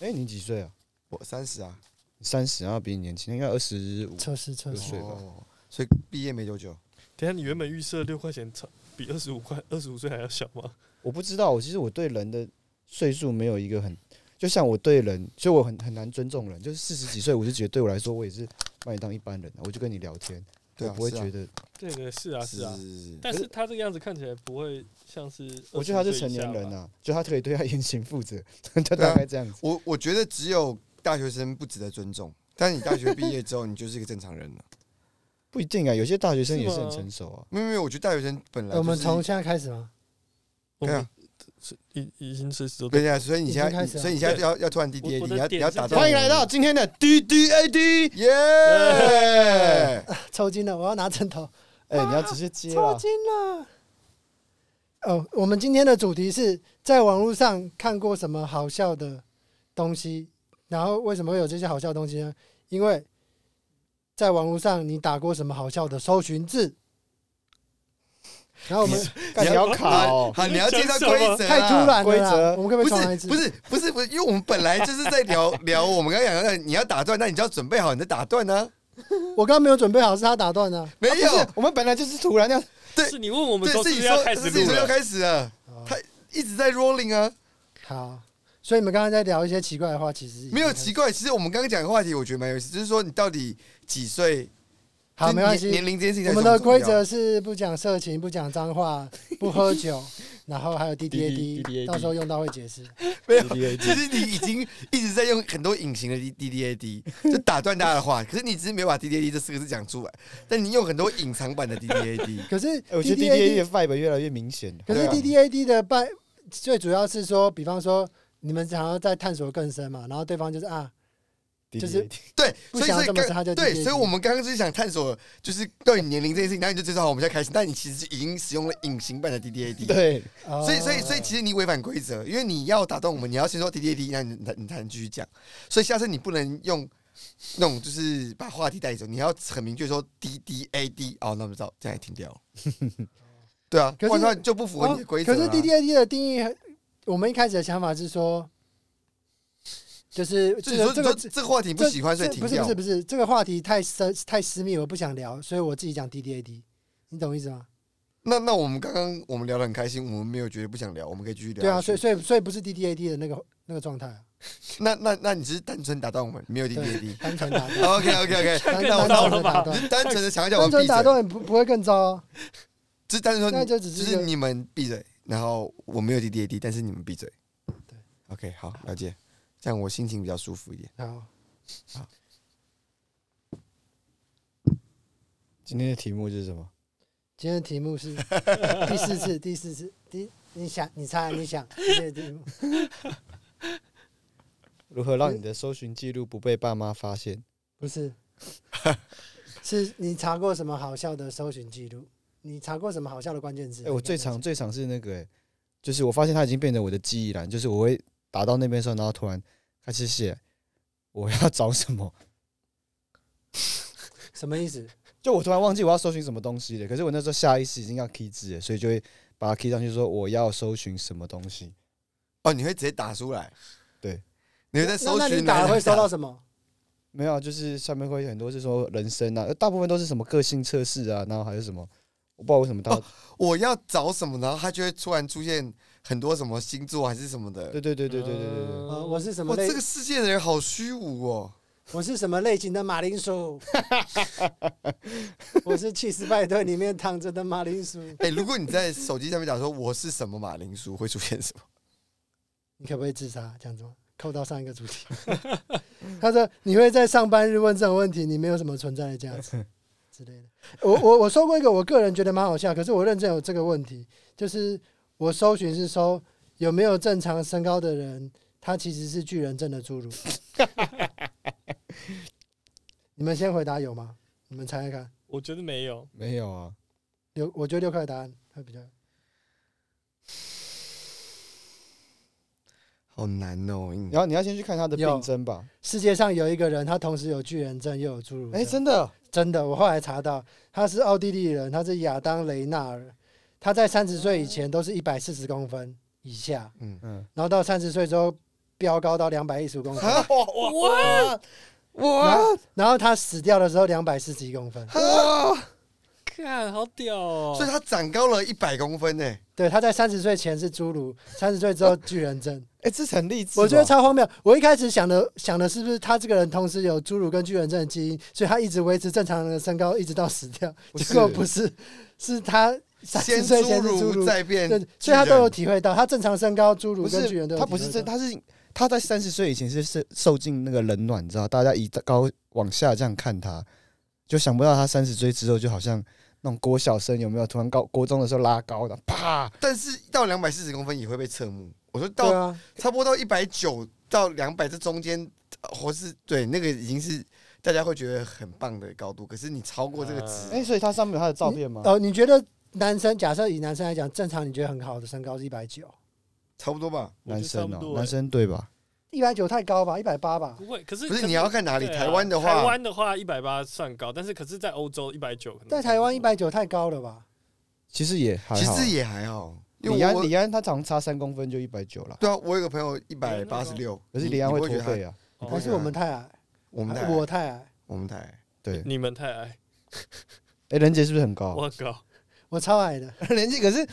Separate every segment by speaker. Speaker 1: 哎、你几岁啊？
Speaker 2: 我三十啊，
Speaker 1: 三十啊，比你年轻，应该二十五。
Speaker 3: 测试测
Speaker 1: 有
Speaker 3: 试
Speaker 1: 水，吧
Speaker 2: 哦，所以毕业没多久，
Speaker 4: 等一下你原本预设六块钱，操，比二十五块二十五岁还要小吗？
Speaker 1: 我不知道，我其实我对人的岁数没有一个很，就像我对人，所以我很很难尊重人。就是四十几岁、五十几岁，对我来说，我也是把你当一般人、啊，我就跟你聊天，
Speaker 2: 对
Speaker 1: 我
Speaker 2: 啊，
Speaker 1: 不会
Speaker 2: 是啊
Speaker 1: 觉得。
Speaker 4: 对对是啊是啊，
Speaker 2: 是
Speaker 4: 但是他这个样子看起来不会像是，
Speaker 1: 我觉得他是成年人。啊，就他可以对他言行负责， 他大概这样子。
Speaker 2: 我我觉得只有大学生不值得尊重，但是你大学毕业之后，你就是一个正常人了。
Speaker 1: 不一定啊，有些大学生
Speaker 4: 是
Speaker 1: 也是
Speaker 4: 吗
Speaker 1: 很成熟啊。
Speaker 2: 没有没有，我觉得大学生本来
Speaker 3: 呃我们
Speaker 2: 就是
Speaker 3: 从现在开始吗？
Speaker 4: 我
Speaker 2: 对啊
Speaker 4: 们是已已经随时都
Speaker 2: 对呀，所以你现
Speaker 3: 已
Speaker 2: 在，
Speaker 3: 经开始啊
Speaker 2: 所以你现在要要突然 D D A
Speaker 4: 我
Speaker 2: D，
Speaker 4: 我的
Speaker 2: 你要你
Speaker 4: 点
Speaker 2: 要
Speaker 4: 是
Speaker 2: 打
Speaker 4: 这样
Speaker 1: 欢
Speaker 2: 断
Speaker 1: 迎
Speaker 2: 我，
Speaker 1: 来到今天的 D D A D，
Speaker 2: 耶！
Speaker 3: 抽筋了，我要拿枕头。
Speaker 1: 哎、你要直接接
Speaker 3: 抽
Speaker 1: 啊！
Speaker 3: 筋了。哦，我们今天的主题是在网络上看过什么好笑的东西，然后为什么会有这些好笑的东西呢？因为在网络上你打过什么好笑的搜寻字，然后我们
Speaker 1: 干你要卡哦，
Speaker 2: 好，你要介绍规则啊，
Speaker 3: 太突然了
Speaker 1: 规则
Speaker 3: 啦，我们可不可
Speaker 2: 不
Speaker 3: 以重来一
Speaker 2: 是
Speaker 3: 次？
Speaker 2: 不，是不是不是，因为我们本来就是在聊聊我们刚刚讲的，你要打断，那你就要准备好你的打断呢。
Speaker 3: 我刚刚没有准备好，是他打断啊的。
Speaker 2: 没有
Speaker 1: 不，是，我们本来就是突然要
Speaker 2: 对
Speaker 4: 是你问我们
Speaker 2: 对，
Speaker 4: 说
Speaker 2: 是
Speaker 4: 是
Speaker 2: 你
Speaker 4: 啊不是要，
Speaker 2: 说
Speaker 4: 开始
Speaker 2: 是你
Speaker 4: 录
Speaker 2: 说要
Speaker 4: 了？
Speaker 2: 开始了，
Speaker 3: 哦
Speaker 2: 他一直在 rolling 啊，
Speaker 3: 好，所以你们刚刚在聊一些奇怪的话，其实已经
Speaker 2: 没有
Speaker 3: 开始
Speaker 2: 奇怪。其实我们刚刚讲的话题，我觉得蛮有意思，就是说你到底几岁？
Speaker 3: 好，
Speaker 2: 就
Speaker 3: 没关
Speaker 2: 年
Speaker 3: 系
Speaker 2: 年。龄这件事情
Speaker 3: 我
Speaker 2: 才是
Speaker 3: 们
Speaker 2: 重要，
Speaker 3: 的规则是不讲色情，不讲 脏话，不喝酒，然后还有 D D A D，
Speaker 1: DDAD
Speaker 3: 到时候用到会解释。
Speaker 2: 没有
Speaker 1: D D A
Speaker 2: 就
Speaker 1: D，
Speaker 2: 是你已经一直在用很多隐形的 D D D A D，就打断大家的话，可是你只是没有把 D D A D 这四个字讲出来，但你用很多隐藏版的 D D A D，
Speaker 3: 可是
Speaker 1: 哎
Speaker 2: 哎
Speaker 1: 我
Speaker 3: D
Speaker 1: 觉得 D
Speaker 3: D
Speaker 1: D A
Speaker 3: A
Speaker 1: D 的
Speaker 3: D，
Speaker 1: vibe 越来越明显了。
Speaker 3: 可
Speaker 2: 对
Speaker 3: 是
Speaker 2: 啊
Speaker 3: D D A D 的办最主要是说，比方说你们想要再探索更深嘛，然后对方就是啊，就是
Speaker 1: DDAD
Speaker 2: 对，
Speaker 3: 不
Speaker 2: 所以
Speaker 3: 想
Speaker 2: 所以
Speaker 3: 这么深他就
Speaker 2: 刚对，
Speaker 3: DDAD
Speaker 2: 所以我们刚刚就是想探索，就是对你年龄这件事情，然后你就知道好我们现在开始，但你其实已经使用了隐形版的 D D A D，
Speaker 1: 对，
Speaker 3: 哦
Speaker 2: 所以所以所以其实你违反规则，因为你要打断我们，你要先说 D D A D，那你才你才能继续讲，所以下次你不能 用。那种就是把话题带走，你要很明确说 D D A D 哦，那我们知道，这样也停 掉了。对啊，
Speaker 3: 可是
Speaker 2: 不然的话就不符合你的规则、啊
Speaker 3: 哦可是 D D A D 的定义，我们一开始的想法是说，就是
Speaker 2: 就
Speaker 3: 这
Speaker 2: 是说
Speaker 3: 个
Speaker 2: 这
Speaker 3: 这
Speaker 2: 个
Speaker 3: 个
Speaker 2: 这个话题你不喜欢，所以
Speaker 3: 这
Speaker 2: 停
Speaker 3: 不是
Speaker 2: 掉。
Speaker 3: 不是不是，这个话题太深太私密，我不想聊，所以我自己讲 D D A D，你懂意思吗？
Speaker 2: 那那我们刚刚我们聊得很开心，我们没有觉得不想聊，我们可以继续聊。
Speaker 3: 对啊，所以所以所以不是 D D A D 的那个那个状态啊，
Speaker 2: 那那那你只是单纯打断我们，没有 D D
Speaker 3: 对
Speaker 2: A D。
Speaker 3: 单纯打 断，
Speaker 2: OK OK OK，
Speaker 3: 单
Speaker 2: 那我
Speaker 3: 单
Speaker 4: 到
Speaker 3: 纯
Speaker 4: 了
Speaker 3: 的
Speaker 4: 吧
Speaker 3: 打断，
Speaker 2: 单纯的想要叫我
Speaker 3: 单
Speaker 2: 们
Speaker 3: 纯
Speaker 2: 闭
Speaker 3: 打
Speaker 2: 嘴，
Speaker 3: 断也不不会更糟啊，
Speaker 2: 只是单纯说
Speaker 3: 那
Speaker 2: 你
Speaker 3: 就只
Speaker 2: 就是
Speaker 3: 一
Speaker 2: 是
Speaker 3: 个
Speaker 2: 你们闭嘴，然后我没有 D D A D，但是你们闭嘴。
Speaker 3: 对
Speaker 2: ，OK 好，了解，这样我心情比较舒服一点。
Speaker 3: 好。
Speaker 1: 今天的题目是什么？
Speaker 3: 今天的题目是第四次，第四次，第你想，你猜，啊你想，今天的题目，
Speaker 1: 如何让你的搜寻记录不被爸妈发现？
Speaker 3: 不是，是你查过什么好笑的搜寻记录？你查过什么好笑的关键字？
Speaker 1: 哎、我最常
Speaker 3: 长
Speaker 1: 最常是那个、哎，就是我发现它已经变成我的记忆栏，就是我会打到那边的时候，然后突然开始写我要找什么，
Speaker 3: 什么意思？
Speaker 1: 就我突然忘记我要搜寻什么东西了。可是我那时候下意识已经要 key 字了，所以就会把它 key 上去，说我要搜寻什么东西。
Speaker 2: 哦，你会直接打出来？
Speaker 1: 对，
Speaker 2: 你会在搜
Speaker 3: 那那
Speaker 2: 寻啊
Speaker 3: 你打了
Speaker 2: 栏
Speaker 3: 会收到
Speaker 2: 打
Speaker 3: 什么？
Speaker 1: 没有啊，就是下面会有很多是说人生啊，呃大部分都是什么个性测试啊，然后还有什么，我不知道为什么他、
Speaker 2: 哦我要找什么，然后它就会突然出现很多什么星座还是什么的。
Speaker 1: 对对对对对对对对。
Speaker 5: 嗯
Speaker 3: 呃，我是什么
Speaker 2: 哇，
Speaker 3: 类
Speaker 2: 哦这？个世界的人好虚无哦。
Speaker 3: 我是什么类型的马铃薯？ 我是气死派对里面躺着的马铃薯。
Speaker 2: 哎、如果你在手机上面打说我是什么马铃薯，会出现什么？
Speaker 3: 你可不可以自杀？这样子吗？ 扣到上一个主题。他说你会在上班日问这种问题，你没有什么存在的价值之类的。我我我搜过一个，我个人觉得蛮好笑，可是我认真有这个问题，就是我搜寻是搜有没有正常身高的人，他其实是巨人症的侏儒。你们先回答有吗？你们猜猜看，
Speaker 4: 我觉得没有，
Speaker 1: 没有啊，
Speaker 3: 六我觉得六块答案会比较
Speaker 2: 好难哦。你
Speaker 1: 然后你要先去看他的
Speaker 3: 有
Speaker 1: 病征吧。
Speaker 3: 世界上有一个人，他同时有巨人症又有侏儒症。
Speaker 1: 哎、真的，
Speaker 3: 真的，我后来查到他是奥地利人，他是亚当·雷纳尔，他在三十岁以前都是一百四十公分以下，
Speaker 2: 嗯，
Speaker 1: 嗯，
Speaker 3: 然后到三十岁之后飙高到两百一十五公分，
Speaker 2: 啊
Speaker 1: 哇
Speaker 3: 然
Speaker 1: 哇
Speaker 3: 后然后他死掉的时候两百四十一公分，
Speaker 1: 哇！
Speaker 5: 看好屌
Speaker 2: 所以
Speaker 5: 哦！
Speaker 2: 他长高了一百公分呢。
Speaker 3: 对，他在三十岁前是侏儒，三十岁之后巨人症，
Speaker 1: 哎，这很励志吧，
Speaker 3: 我觉得超荒谬。我一开始想的想的是不是他这个人同时有侏儒跟巨人症的基因，所以他一直维持正常人的身高一直到死掉，
Speaker 1: 不
Speaker 3: 结
Speaker 1: 是
Speaker 3: 果不是，是他三十
Speaker 2: 先
Speaker 3: 岁前
Speaker 2: 侏
Speaker 3: 是侏
Speaker 2: 儒，
Speaker 3: 儒。
Speaker 2: 再变
Speaker 3: 对
Speaker 2: 巨人，，
Speaker 3: 所以他都有体会到，他正常身高侏儒
Speaker 1: 不
Speaker 3: 跟巨人
Speaker 1: 是
Speaker 3: 都有
Speaker 1: 他
Speaker 3: 体
Speaker 1: 不
Speaker 3: 会
Speaker 1: 是这，
Speaker 3: 到
Speaker 1: 他是他在三十岁以前是受受尽那个冷暖，你知道，大家以高往下这样看他，就想不到他三十岁之后就好像那种国小生有没有突然高国中的时候拉高的，啪！
Speaker 2: 但是到两百四十公分也会被侧目。我说
Speaker 3: 对
Speaker 2: 到
Speaker 3: 啊，
Speaker 2: 差不多到一百九到两百这中间，呃或是对那个已经是大家会觉得很棒的高度，可是你超过这个值，
Speaker 1: 哎，所以他上面有他的照片吗？
Speaker 3: 哦，你觉得男生假设以男生来讲，正常你觉得很好的身高是一百九，
Speaker 2: 差不多吧？
Speaker 1: 男生哦，
Speaker 5: 哎
Speaker 4: 男
Speaker 1: 男
Speaker 4: 生
Speaker 1: 生对吧？
Speaker 3: 一百九太高吧，一百八吧，
Speaker 5: 欸不会，可是
Speaker 2: 不
Speaker 5: 可
Speaker 2: 是你要看哪里？
Speaker 5: 对啊
Speaker 2: 台湾的
Speaker 5: 台
Speaker 2: 话，
Speaker 5: 湾的话一百八算高，但是可是在欧洲一百九，
Speaker 3: 在台湾一百九太高了吧？
Speaker 1: 其实也还
Speaker 2: 其
Speaker 1: 好。啊
Speaker 2: 实也还好，因
Speaker 1: 李
Speaker 2: 为
Speaker 1: 安
Speaker 2: 我
Speaker 1: 李安他常差三公分就一百九了，
Speaker 2: 对啊，我有个朋友一百八十六，
Speaker 1: 可是
Speaker 2: 你
Speaker 1: 李安
Speaker 2: 你
Speaker 1: 会
Speaker 2: 不
Speaker 1: 驼
Speaker 2: 觉得他
Speaker 1: 背啊。
Speaker 2: 哦
Speaker 3: 还是我们太矮？
Speaker 2: 我们台
Speaker 3: 我太矮，
Speaker 2: 我们台
Speaker 1: 对，
Speaker 5: 你们太矮，
Speaker 1: 哎，任杰是不是很高
Speaker 5: 我
Speaker 1: 啊？
Speaker 5: 很高。
Speaker 3: 我超矮的。
Speaker 1: 任杰可是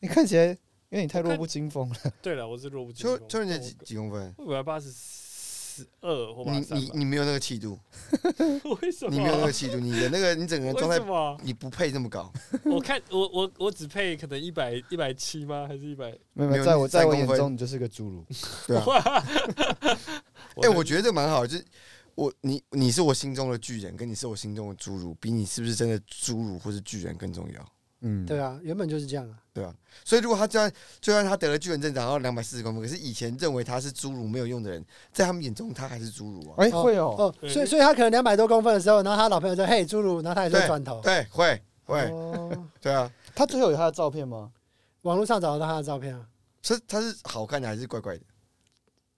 Speaker 1: 你看起来有点太弱不禁风了。
Speaker 5: 对了，我是弱不禁
Speaker 2: 邱
Speaker 5: 风。
Speaker 2: 邱仁杰几几公分？
Speaker 5: 我一百八十二或八
Speaker 2: 你
Speaker 5: 十三
Speaker 2: 你你没有那个气度，
Speaker 5: 吧，为什么？
Speaker 2: 你没有那个气度，你的那个你整个人状
Speaker 5: 为什
Speaker 2: 态
Speaker 5: 么？
Speaker 2: 你不配这 么高，
Speaker 5: 我看我我我只配可能一百一百七吗？还是一百？
Speaker 1: 没有没
Speaker 2: 没
Speaker 1: 有，
Speaker 2: 有
Speaker 1: 在我
Speaker 2: 你三
Speaker 1: 在我
Speaker 2: 公
Speaker 1: 眼
Speaker 2: 分
Speaker 1: 中你就是个侏 儒。
Speaker 2: 对啊。哎、
Speaker 5: 哎
Speaker 2: 我觉得这蛮好的，就是我你你是我心中的巨人，跟你是我心中的侏儒，比你是不是真的侏儒或是巨人更重要，
Speaker 1: 嗯，
Speaker 3: 对啊，原本就是这样啊。
Speaker 2: 对吧、所以如果他就算就算他得了巨人症，然后两百四十公分，可是以前认为他是侏儒没有用的人，在他们眼中他还是侏儒啊，
Speaker 1: 哎会哦，
Speaker 3: 哦，所以所以他可能两百多公分的时候，然后他老朋友说：“嘿，侏儒。”然后他也说转头。
Speaker 2: 对，会会，
Speaker 3: 哦，
Speaker 2: 对啊，
Speaker 1: 他最后有他的照片吗？
Speaker 3: 网络上找得到他的照片啊，
Speaker 2: 是他是好看的还是怪怪的？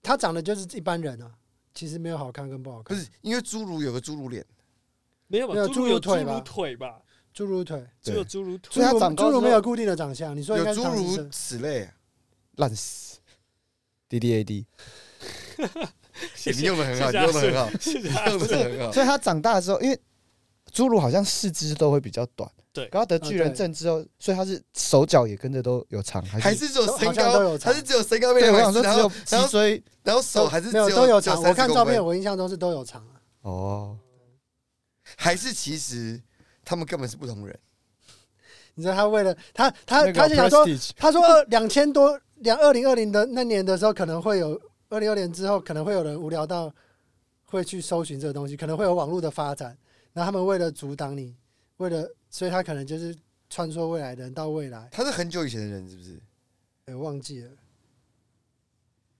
Speaker 3: 他长得就是一般人啊，其实没有好看跟不好
Speaker 2: 不
Speaker 3: 看。
Speaker 2: 是因为侏儒有个侏儒脸，
Speaker 5: 没有吧？
Speaker 3: 没有
Speaker 5: 侏儒有
Speaker 3: 侏
Speaker 5: 侏
Speaker 3: 儒腿吧
Speaker 5: 儒腿吧？
Speaker 3: 侏儒腿，
Speaker 5: 只有侏儒
Speaker 1: 所
Speaker 5: 腿
Speaker 1: 以。他
Speaker 3: 侏儒
Speaker 1: 长高
Speaker 3: 侏
Speaker 1: 之
Speaker 3: 儒
Speaker 1: 后
Speaker 3: 没有固定的长相，你说
Speaker 2: 有
Speaker 3: 应该是
Speaker 2: 侏
Speaker 3: 唐吉
Speaker 2: 儒
Speaker 3: 诃
Speaker 2: 此类、啊，
Speaker 1: 烂死。D D A D，
Speaker 5: 谢
Speaker 2: 你
Speaker 5: 谢
Speaker 2: 用的很好，
Speaker 5: 谢
Speaker 2: 你
Speaker 5: 谢
Speaker 2: 用的很好，
Speaker 5: 谢谢。
Speaker 3: 啊
Speaker 2: 你用的很好。
Speaker 1: 所以他长大之后，因为侏儒好像四肢都会比较短，
Speaker 5: 对
Speaker 1: 可他得巨人症
Speaker 4: 哦
Speaker 1: 之后，所以他是手脚也跟着都有长，
Speaker 2: 还
Speaker 1: 还是？
Speaker 2: 是只有身
Speaker 3: 好像都
Speaker 2: 高
Speaker 3: 有，差
Speaker 2: 还是只有身高被
Speaker 1: 对，我想
Speaker 2: 两百
Speaker 1: 说
Speaker 2: 四，然
Speaker 1: 只有脊
Speaker 2: 后然后
Speaker 1: 椎
Speaker 2: 然后手
Speaker 3: 德
Speaker 2: 哦还是只
Speaker 3: 没有都有
Speaker 2: 只有
Speaker 3: 长。我看
Speaker 2: 30
Speaker 3: 照
Speaker 2: 公
Speaker 3: 片，
Speaker 2: 分，
Speaker 3: 我印象中是都有长啊。
Speaker 1: 哦，
Speaker 2: 还是其实他们根本是不同人。
Speaker 3: 你知道他为了他他
Speaker 1: 那
Speaker 3: 他
Speaker 1: 个
Speaker 3: 就想说，
Speaker 1: prestige
Speaker 3: 他说两千多两二零二零的那年的时候，可能会有二零二年之后，可能会有人无聊到会去搜寻这个东西，可能会有网络的发展。然后他们为了阻挡你，为了，所以他可能就是穿梭未来的人到未来，
Speaker 2: 他是很久以前的人，是不是？
Speaker 3: 哎、忘记了。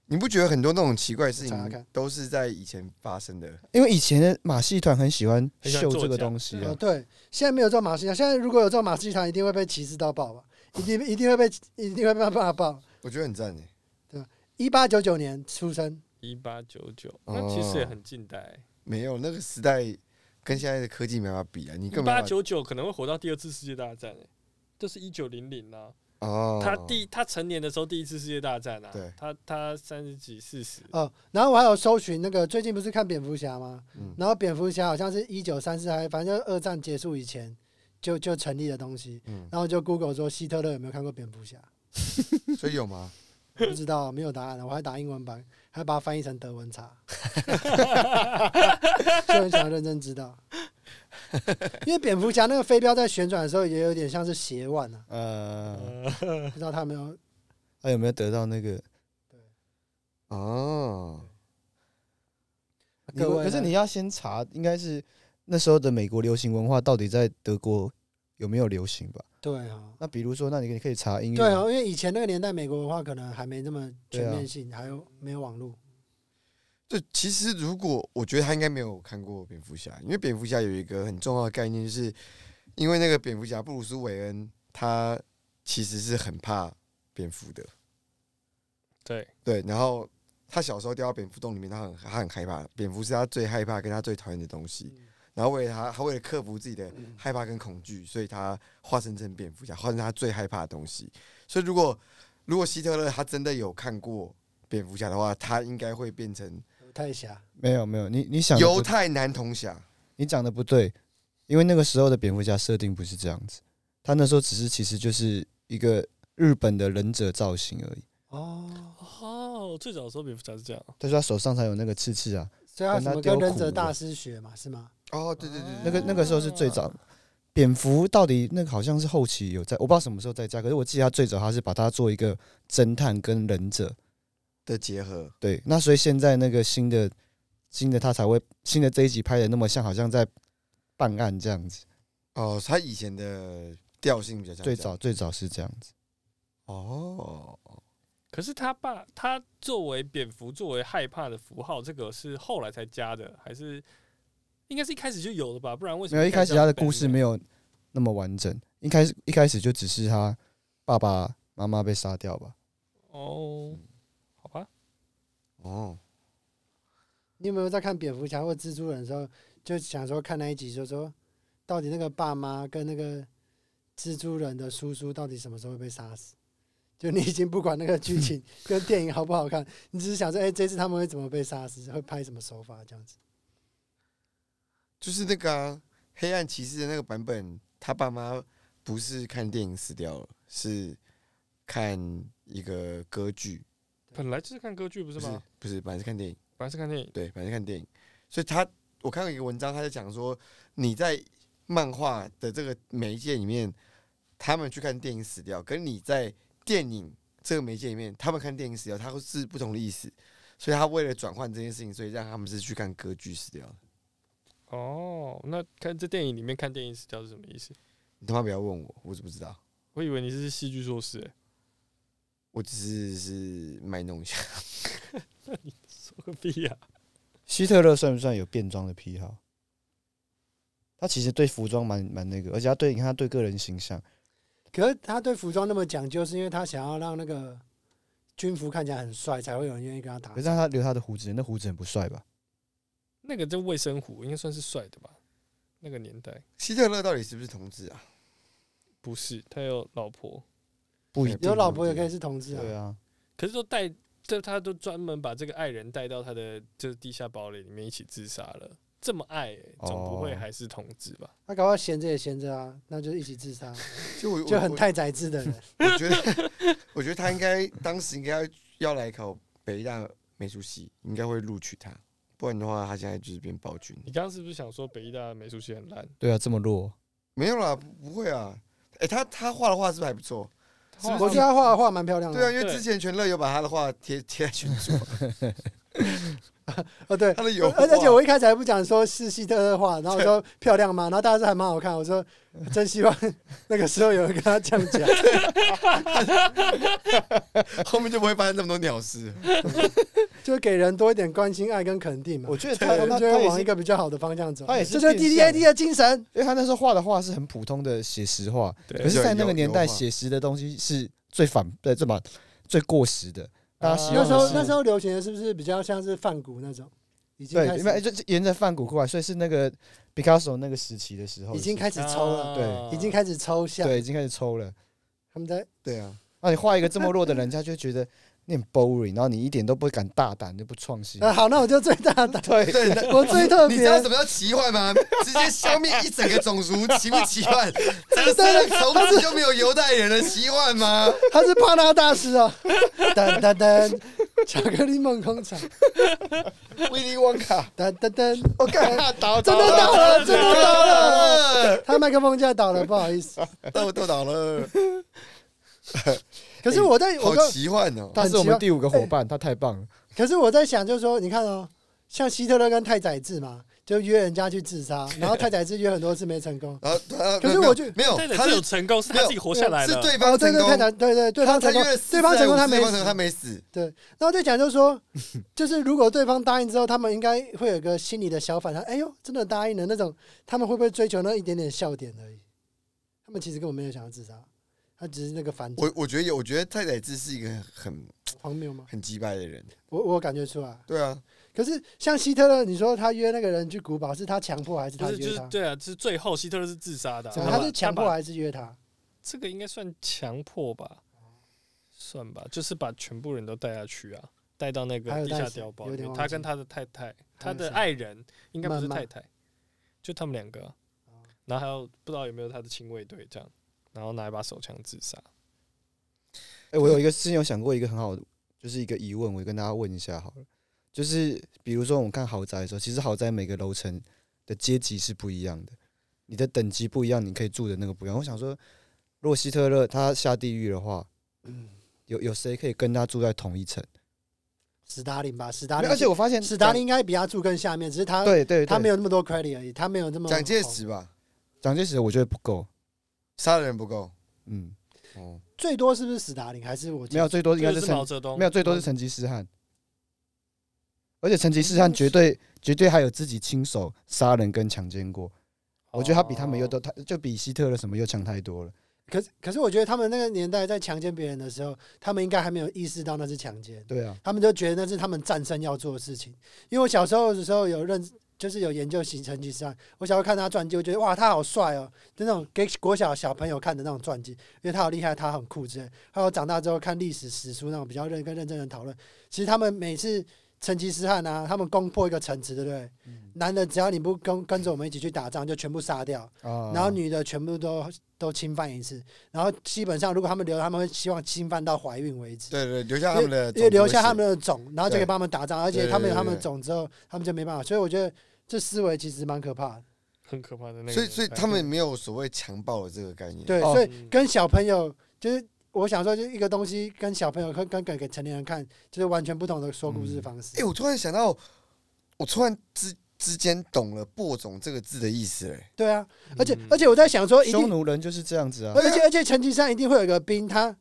Speaker 2: 你不觉得很多那种奇怪的事
Speaker 3: 我查查看
Speaker 2: 情都是在以前发生的？
Speaker 1: 因为以前的马戏团很喜欢
Speaker 4: 很喜欢
Speaker 1: 秀
Speaker 4: 作
Speaker 1: 这个
Speaker 4: 假
Speaker 1: 东西
Speaker 3: 哦，
Speaker 1: 啊，
Speaker 3: 对，现在没有做马戏团，现在如果有做马戏团，一定会被歧视到爆吧？一定一定会被一定会被骂爆。
Speaker 2: 我觉得很赞诶。
Speaker 3: 一八九九年出生，
Speaker 5: 一八九九，
Speaker 2: 哦
Speaker 5: 那其实也很近代。欸
Speaker 2: 没有那个时代跟现在的科技没办法比啊，你
Speaker 5: 一
Speaker 2: 根
Speaker 5: 八
Speaker 2: 本
Speaker 5: 九九可能会活到第二次世界大战、欸，就是一九零零啦。
Speaker 2: 哦，
Speaker 5: 他第他成年的时候第一次世界大战啊
Speaker 2: 对，
Speaker 5: 他他三十几 四十，
Speaker 3: 哦，然后我还有搜寻那个最近不是看蝙蝠侠吗？
Speaker 2: 嗯
Speaker 3: 然后蝙蝠侠好像是一九三四还反正就是二战结束以前就就成立的东西，
Speaker 2: 嗯，
Speaker 3: 然后就 Google 说希特勒有没有看过蝙蝠侠？
Speaker 2: 所以有吗？
Speaker 3: 不知道，没有答案，我还打英文版，还把它翻译成德文查，就很想认真知道。 因为蝙蝠侠那个飞镖在旋转的时候也有点像是斜腕啊，
Speaker 1: 呃，
Speaker 3: 不知道他有没有
Speaker 1: 他有没有得到那个？
Speaker 2: 哦，
Speaker 1: 你
Speaker 3: 各位呢。
Speaker 1: 可是你要先查，应该是那时候的美国流行文化到底在德国有没有流行吧？
Speaker 3: 对啊，
Speaker 1: 那比如说，那你你可以查音乐，
Speaker 3: 对啊，因为以前那个年代美国文化可能还没那么全面性，
Speaker 1: 啊
Speaker 3: 还有没有网络。
Speaker 2: 对，其实如果我觉得他应该没有看过蝙蝠侠，因为蝙蝠侠有一个很重要的概念，就是因为那个蝙蝠侠布鲁斯韦恩他其实是很怕蝙蝠的，
Speaker 5: 对，
Speaker 2: 对，然后他小时候掉到蝙蝠洞里面，他很他很害怕，蝙蝠是他最害怕跟他最讨厌的东西。然后为了他，他为了克服自己的害怕跟恐惧，所以他化身成蝙蝠侠，化身他最害怕的东西。所以如果如果希特勒他真的有看过蝙蝠侠的话，他应该会变成
Speaker 3: 太侠
Speaker 1: 没有没有，你你想的
Speaker 2: 犹
Speaker 1: 不
Speaker 2: 太男童侠。
Speaker 1: 你讲的不对，因为那个时候的蝙蝠侠设定不是这样子，他那时候只是其实就是一个日本的忍者造型而已。
Speaker 3: 哦，
Speaker 5: 哦，最早的时候蝙蝠侠是这样，
Speaker 1: 他说他手上才有那个刺刺啊，
Speaker 3: 所以他
Speaker 1: 跟他
Speaker 3: 什么
Speaker 1: 丢
Speaker 3: 跟
Speaker 1: 苦
Speaker 3: 忍者
Speaker 1: 了
Speaker 3: 大师学嘛，是吗？
Speaker 2: 哦，对对对对，
Speaker 1: 那个那个时候是最早。
Speaker 3: 啊
Speaker 1: 蝙蝠到底那个好像是后期有在，我不知道什么时候在加，可是我记得他最早他是把它做一个侦探跟忍者，
Speaker 2: 的结合，
Speaker 1: 对，那所以现在那个新的新的他才会新的这一集拍的那么像，好像在办案这样子。
Speaker 2: 哦，他以前的调性比较像
Speaker 1: 最
Speaker 2: 这样
Speaker 1: 早最早是这样子，
Speaker 2: 哦，
Speaker 5: 可是他爸他作为蝙蝠作为害怕的符号，这个是后来才加的，还是应该是一开始就有的吧？不然为什
Speaker 1: 没
Speaker 5: 么
Speaker 1: 有一开始他的故事没
Speaker 5: 有？
Speaker 1: 有那么完整，一开始一开始就只是他爸爸妈妈被杀掉吧。
Speaker 5: 哦，好吧，
Speaker 2: 哦，
Speaker 3: 你有没有在看蝙蝠侠或蜘蛛人的时候，就想说看那一集，就说到底那个爸妈跟那个蜘蛛人的叔叔到底什么时候会被杀死？就你已经不管那个剧 情跟电影好不好看，你只是想说，哎、这次他们会怎么被杀死，会拍什么手法这样子。
Speaker 2: 就是那个啊、黑暗骑士的那个版本，他爸妈不是看电影死掉了，是看一个歌剧，
Speaker 5: 本来就是看歌剧不是
Speaker 2: 不
Speaker 5: 吗
Speaker 2: 是？不是，本来是看电影。
Speaker 5: 本来是看电影，
Speaker 2: 对，反正看电影，所以他我看到一个文章，他在讲说，你在漫画的这个媒介里面，他们去看电影死掉，跟你在电影这个媒介里面，他们看电影死掉，它会是不同的意思。所以他为了转换这件事情，所以让他们是去看歌剧死掉的。
Speaker 5: 哦，那看这电影里面看电影死掉是什么意思？
Speaker 2: 你他妈不要问我，我是不知道，
Speaker 5: 我以为你是戏剧硕士、欸，
Speaker 2: 我只是是卖弄一下。
Speaker 5: 说个屁啊呀、
Speaker 1: 希特勒算不算有变装的癖好？他其实对服装蛮蛮那个，而且他对你看他对个人形象，
Speaker 3: 可是他对服装那么讲究，是因为他想要让那个军服看起来很帅，才会有人愿意跟他打
Speaker 1: 可。是他留他的胡子，那胡子很不帅吧？
Speaker 5: 那个叫卫生虎，应该算是帅的吧？那个年代
Speaker 2: 希特勒到底是不是同志啊？
Speaker 5: 不是，他有老婆，
Speaker 1: 不一定
Speaker 3: 有老婆也可以是同志啊。
Speaker 1: 对啊，
Speaker 5: 可是都带，这他都专门把这个爱人带到他的就是地下堡垒里面一起自杀了。这么爱、欸，总不会
Speaker 1: 哦
Speaker 5: 还是同志吧？
Speaker 3: 他搞不好闲着也闲着啊，那就一起 自杀，
Speaker 2: 就我
Speaker 3: 就很
Speaker 2: 我
Speaker 3: 太宰治的人。
Speaker 2: 我觉得， 我觉得他应该当时应该要要来考北大美术系，应该会录取他，不然的话，他现在就是变暴君。
Speaker 5: 你刚刚是不是想说北医大的美术系很烂？
Speaker 1: 对啊，这么弱，
Speaker 2: 没有啦，不不会啊。哎、他他画的画是不是还不错？
Speaker 5: 是不
Speaker 3: 我
Speaker 5: 是
Speaker 3: 觉得他画的画蛮漂亮的。
Speaker 2: 对啊，因为
Speaker 5: 对
Speaker 2: 之前全乐有把他的画贴贴在群 组，
Speaker 3: 哦对，
Speaker 2: 他的油画
Speaker 3: 而而且我一开始还不讲说是希特勒画，然后我说漂亮吗？然后大家说还蛮好看，我说真希望那个时候有人跟他这样讲。
Speaker 2: 后面就不会发生那么多鸟事。
Speaker 3: 就给人多一点关心、爱跟肯定嘛。
Speaker 1: 我觉得
Speaker 3: 他
Speaker 1: 他
Speaker 3: 们
Speaker 1: 他
Speaker 3: 就
Speaker 1: 他
Speaker 3: 会
Speaker 1: 也
Speaker 3: 往
Speaker 1: 是
Speaker 3: 一，个比较好的方向走。
Speaker 1: 他也是
Speaker 3: 这就是
Speaker 1: 变
Speaker 3: D D
Speaker 1: 相
Speaker 3: A D 的精神。
Speaker 1: 因为他那时候画的画是很普通的写实画，
Speaker 5: 对
Speaker 1: 可是，在
Speaker 2: 对
Speaker 1: 那个
Speaker 2: 油
Speaker 1: 年
Speaker 2: 油
Speaker 1: 代，
Speaker 2: 画
Speaker 1: 写实的东西是最反对这么最过时的，大家喜
Speaker 3: 呃
Speaker 1: 欢
Speaker 3: 那时
Speaker 1: 的
Speaker 3: 候
Speaker 1: 是啊
Speaker 3: 那时候流行的是不是比较像是梵谷那种？已经开
Speaker 1: 对，因为
Speaker 3: 始
Speaker 1: 就就沿着梵谷过来，所以是那个 Picasso 那个时期的时候的
Speaker 3: 已
Speaker 1: 事
Speaker 3: 经
Speaker 1: 情，
Speaker 3: 开始抽了，
Speaker 1: 对
Speaker 3: 已经开始抽象。
Speaker 1: 啊对，已经开始抽了。
Speaker 3: 他们在
Speaker 2: 对啊，
Speaker 1: 那你画一个这么弱的人，家就会觉得你很 boring，然后你一点都不敢大胆，就不创新。
Speaker 3: 啊，好，那我就最大 胆，
Speaker 1: 对，
Speaker 2: 对，那
Speaker 3: 我最特
Speaker 2: 你
Speaker 3: 别
Speaker 2: 知。道什么叫奇幻吗？ 直接消灭一整个种族，奇不奇 幻？这个世界从此就没有犹太人的奇幻 吗？
Speaker 3: 他是帕纳大师哦，噔噔噔，巧克力梦工厂，
Speaker 2: 威利旺卡，
Speaker 3: 噔噔噔，
Speaker 2: 我靠， 倒
Speaker 3: 真的倒了，真的倒了，
Speaker 2: 了，
Speaker 3: 他麦克风架倒了，不好意思。
Speaker 2: 豆豆倒了，
Speaker 3: 可是我在我
Speaker 2: 好
Speaker 3: 刚，
Speaker 2: 奇幻哦！，
Speaker 1: 他是我们第五个
Speaker 3: 哎
Speaker 1: 伙伴，他太棒了。
Speaker 3: 可是我在想，就是说，你看哦，像希特勒跟太宰治嘛，就约人家去自杀，然后太宰治约很多次没成功
Speaker 2: 然后他，
Speaker 3: 可是我就
Speaker 2: 啊没有，
Speaker 5: 但
Speaker 2: 他
Speaker 5: 是有
Speaker 2: 是
Speaker 5: 成功，是
Speaker 2: 没
Speaker 5: 他
Speaker 2: 有
Speaker 5: 自己活下来了。
Speaker 2: 是 对
Speaker 3: 哦，
Speaker 2: 方
Speaker 3: 对
Speaker 2: 成
Speaker 3: 对，太
Speaker 2: 功，
Speaker 3: 宰对对对方成功
Speaker 2: 约了，
Speaker 3: 对方成功他没
Speaker 2: 对
Speaker 3: 死
Speaker 2: 方成。功他没死，
Speaker 3: 然后就讲就是说， 就是如果对方答应之后，他们应该会有个心理的小反弹，哎呦，真的答应了那种，他们会不会追求那一点点笑点而已？他们其实根本没有想要自杀，他只是那个反
Speaker 2: 我我觉得有，我觉得太宰治是一个很很
Speaker 3: 荒谬吗？
Speaker 2: 很鸡掰的人，
Speaker 3: 我我感觉出来。
Speaker 2: 对啊，
Speaker 3: 可是像希特勒，你说他约那个人去古堡，是他强迫还是
Speaker 5: 不
Speaker 3: 他
Speaker 5: 是，就
Speaker 3: 约
Speaker 5: 是
Speaker 3: 他？
Speaker 5: 对啊，就是最后希特勒是自杀的啊、
Speaker 3: 怎么
Speaker 5: 把
Speaker 3: 他是强迫
Speaker 5: 把
Speaker 3: 还是约他？
Speaker 5: 这个应该算强迫吧？算吧，就是把全部人都带下去啊。带到那个
Speaker 3: 还有
Speaker 5: 地
Speaker 3: 带
Speaker 5: 下
Speaker 3: 谁
Speaker 5: 碉堡
Speaker 3: 有
Speaker 5: 里
Speaker 3: 点
Speaker 5: 面，
Speaker 3: 忘
Speaker 5: 他
Speaker 3: 记
Speaker 5: 跟他的太太，
Speaker 3: 还
Speaker 5: 他
Speaker 3: 有
Speaker 5: 的
Speaker 3: 谁
Speaker 5: 爱人应该不是
Speaker 3: 曼曼
Speaker 5: 太太，就他们两个啊、
Speaker 3: 哦
Speaker 5: 然后还有不知道有没有他的亲卫队这样，然后拿一把手枪自杀。
Speaker 1: 哎、我有一个之前有想过一个很好的，就是一个疑问，我跟大家问一下好了。就是比如说我们看豪宅的时候，其实豪宅每个楼层的阶级是不一样的，你的等级不一样，你可以住的那个不一样。我想说，若希特勒他下地狱的话，有有谁可以跟他住在同一层？
Speaker 3: 史达林吧，史达
Speaker 1: 没
Speaker 3: 林，
Speaker 1: 有而且我发现
Speaker 3: 史达
Speaker 1: 蒋
Speaker 3: 林应该比他住更下面，只是他
Speaker 1: 对对对，
Speaker 3: 他没有那么多 credit 而已，他没有这么
Speaker 2: 蒋介
Speaker 3: 红
Speaker 2: 石吧，
Speaker 1: 蒋介石，我觉得不够。
Speaker 2: 杀的人不够。
Speaker 1: 嗯，
Speaker 2: 哦，
Speaker 3: 最多是不是史达林还是我记
Speaker 1: 没
Speaker 3: 得
Speaker 1: 有最多应该
Speaker 5: 这
Speaker 1: 是
Speaker 5: 个是毛
Speaker 1: 成
Speaker 5: 泽东，
Speaker 1: 没有最多是成吉思汗，而且成吉
Speaker 3: 嗯
Speaker 1: 思汗绝对绝对还有自己亲手杀人跟强奸过。我觉得他比他们又
Speaker 5: 哦
Speaker 1: 都，他就比希特勒什么又强太多了。
Speaker 3: 可是可是我觉得他们那个年代在强奸别人的时候，他们应该还没有意识到那是强奸，
Speaker 1: 对啊，
Speaker 3: 他们就觉得那是他们战胜要做的事情。因为我小时候的时候有认，就是有研究型成吉思汗，啊我小时候看他传记，我觉得哇，他好帅哦，就那种给国小小朋友看的那种传记，因为他好厉害，他很酷之类。还有长大之后看历史史书那种比较认跟认真的讨论，其实他们每次。成吉思汗啊，他们攻破一个城池，对不对？男的只要你不跟跟着我们一起去打仗，就全部杀掉。
Speaker 2: 哦
Speaker 1: 啊，
Speaker 3: 然后女的全部都都侵犯一次，然后基本上如果他们留，他们会希望侵犯到怀孕为止，
Speaker 2: 对对，留下他们的，
Speaker 3: 因为留下他们的种，然后就可以帮他们打仗，而
Speaker 2: 对
Speaker 3: 且
Speaker 2: 对
Speaker 3: 他们有
Speaker 2: 对
Speaker 3: 他们的
Speaker 2: 对
Speaker 3: 种之后，他们就没办法，所以我觉得这思维其实蛮可怕的。
Speaker 5: 很可怕的那个年代。
Speaker 2: 所以所以他们没有所谓强暴的这个概念。
Speaker 3: 对，
Speaker 1: 哦
Speaker 3: 所以
Speaker 5: 嗯
Speaker 3: 跟小朋友就是我想说，就是一个东西跟小朋友跟跟给给成年人看，就是完全不同的说故事方式
Speaker 2: 哎、。我突然想到，我突然之之间懂了“播种”这个字的意思、哎，
Speaker 3: 对啊，而且
Speaker 5: 嗯
Speaker 3: 而且我在想说，一
Speaker 1: 匈
Speaker 3: 定，
Speaker 1: 奴人就是这样子 啊。
Speaker 3: 而且而且成吉思汗一定会有一个兵他。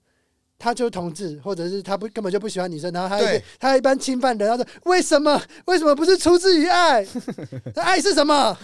Speaker 3: 他就是同志，或者是他不根本就不喜欢女生，然后他一
Speaker 2: 对
Speaker 3: 他一般侵犯人，他说为什么为什么不是出自于爱？ 那爱是什么？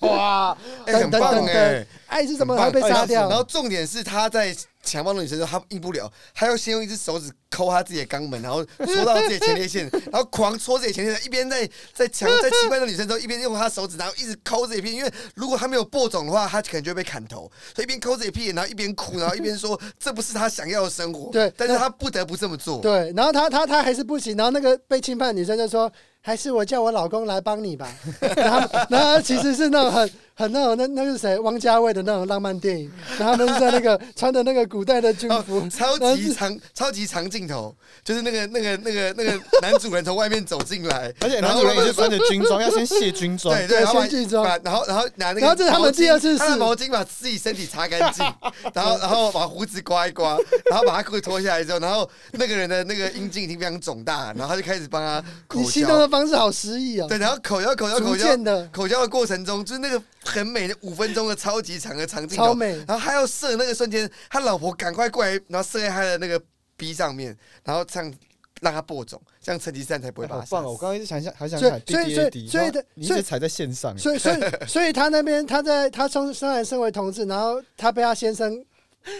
Speaker 2: 哇，哎、
Speaker 3: 噔
Speaker 2: 很棒
Speaker 3: 噔噔
Speaker 2: 哎、
Speaker 3: 爱是什么？
Speaker 2: 很棒哎
Speaker 3: 他被杀掉
Speaker 2: 然。后重点是他在强暴的女生的时候，他硬不了，他要先用一只手指抠他自己的肛门，然后戳到自己的前列腺，然后狂戳自己的前列腺，一边在在强在侵犯的女生之后，一边用他手指，然后一直抠自己屁。因为如果他没有播种的话，他可能就会被砍头。所以一边抠自己屁，然后一边哭，然后一边说这不是他想要的生活。
Speaker 3: 对
Speaker 2: 但是他不得不这么做。
Speaker 3: 对，然后他他他还是不行，然后那个被侵犯的女生就说，还是我叫我老公来帮你吧。 然后然后他其实是那种很很那种那那是谁汪家卫的那种浪漫电影，然后他们是在那个穿的那个古代的军
Speaker 2: 哦
Speaker 3: 服，，
Speaker 2: 超
Speaker 3: 然后
Speaker 2: 级
Speaker 3: 是
Speaker 2: 长，超级长镜头，就是那个、那个、那个、那个男主人从外面走进来，
Speaker 1: 而且
Speaker 2: 然
Speaker 1: 男
Speaker 2: 后
Speaker 1: 主人也是穿着军装，要先卸军装。
Speaker 2: 对对，
Speaker 3: 对
Speaker 2: 然后
Speaker 3: 先去装
Speaker 2: 把然后然后拿那个毛巾，
Speaker 3: 然后这是他们第二次
Speaker 2: 他的
Speaker 3: 试
Speaker 2: 毛巾把自己身体擦干净， 然后然后把胡子刮一刮，然后把他裤子脱下来之后，然后那个人的那个阴茎已经非常肿大，然后他就开始帮他
Speaker 3: 你
Speaker 2: 口
Speaker 3: 形容的
Speaker 2: 交，
Speaker 3: 方式好诗意哦，
Speaker 2: 对，然后口交口交
Speaker 3: 逐
Speaker 2: 口交
Speaker 3: 渐的
Speaker 2: 口交的过程中，就是那个很美的五分钟的超级长的长镜
Speaker 3: 超
Speaker 2: 头，
Speaker 3: 美。
Speaker 2: 然后他要射那个瞬间，他老婆赶快过来，然后射在他的那个逼上面，然后这样让他播种，这样成吉思汗才不会
Speaker 1: 哎
Speaker 2: 把
Speaker 1: 好
Speaker 2: 他杀
Speaker 1: 棒哦！
Speaker 2: 死
Speaker 1: 我刚刚一直想想，还想
Speaker 3: 所以
Speaker 1: 喊
Speaker 3: 所
Speaker 1: DDAD，
Speaker 3: 以所以
Speaker 1: 然后
Speaker 3: 所以的
Speaker 1: 你一
Speaker 3: 所以
Speaker 1: 直踩在线上。
Speaker 2: 嗯
Speaker 3: 所以，所以， 所以他那边，他在他从虽然身为同志，然后他被他先生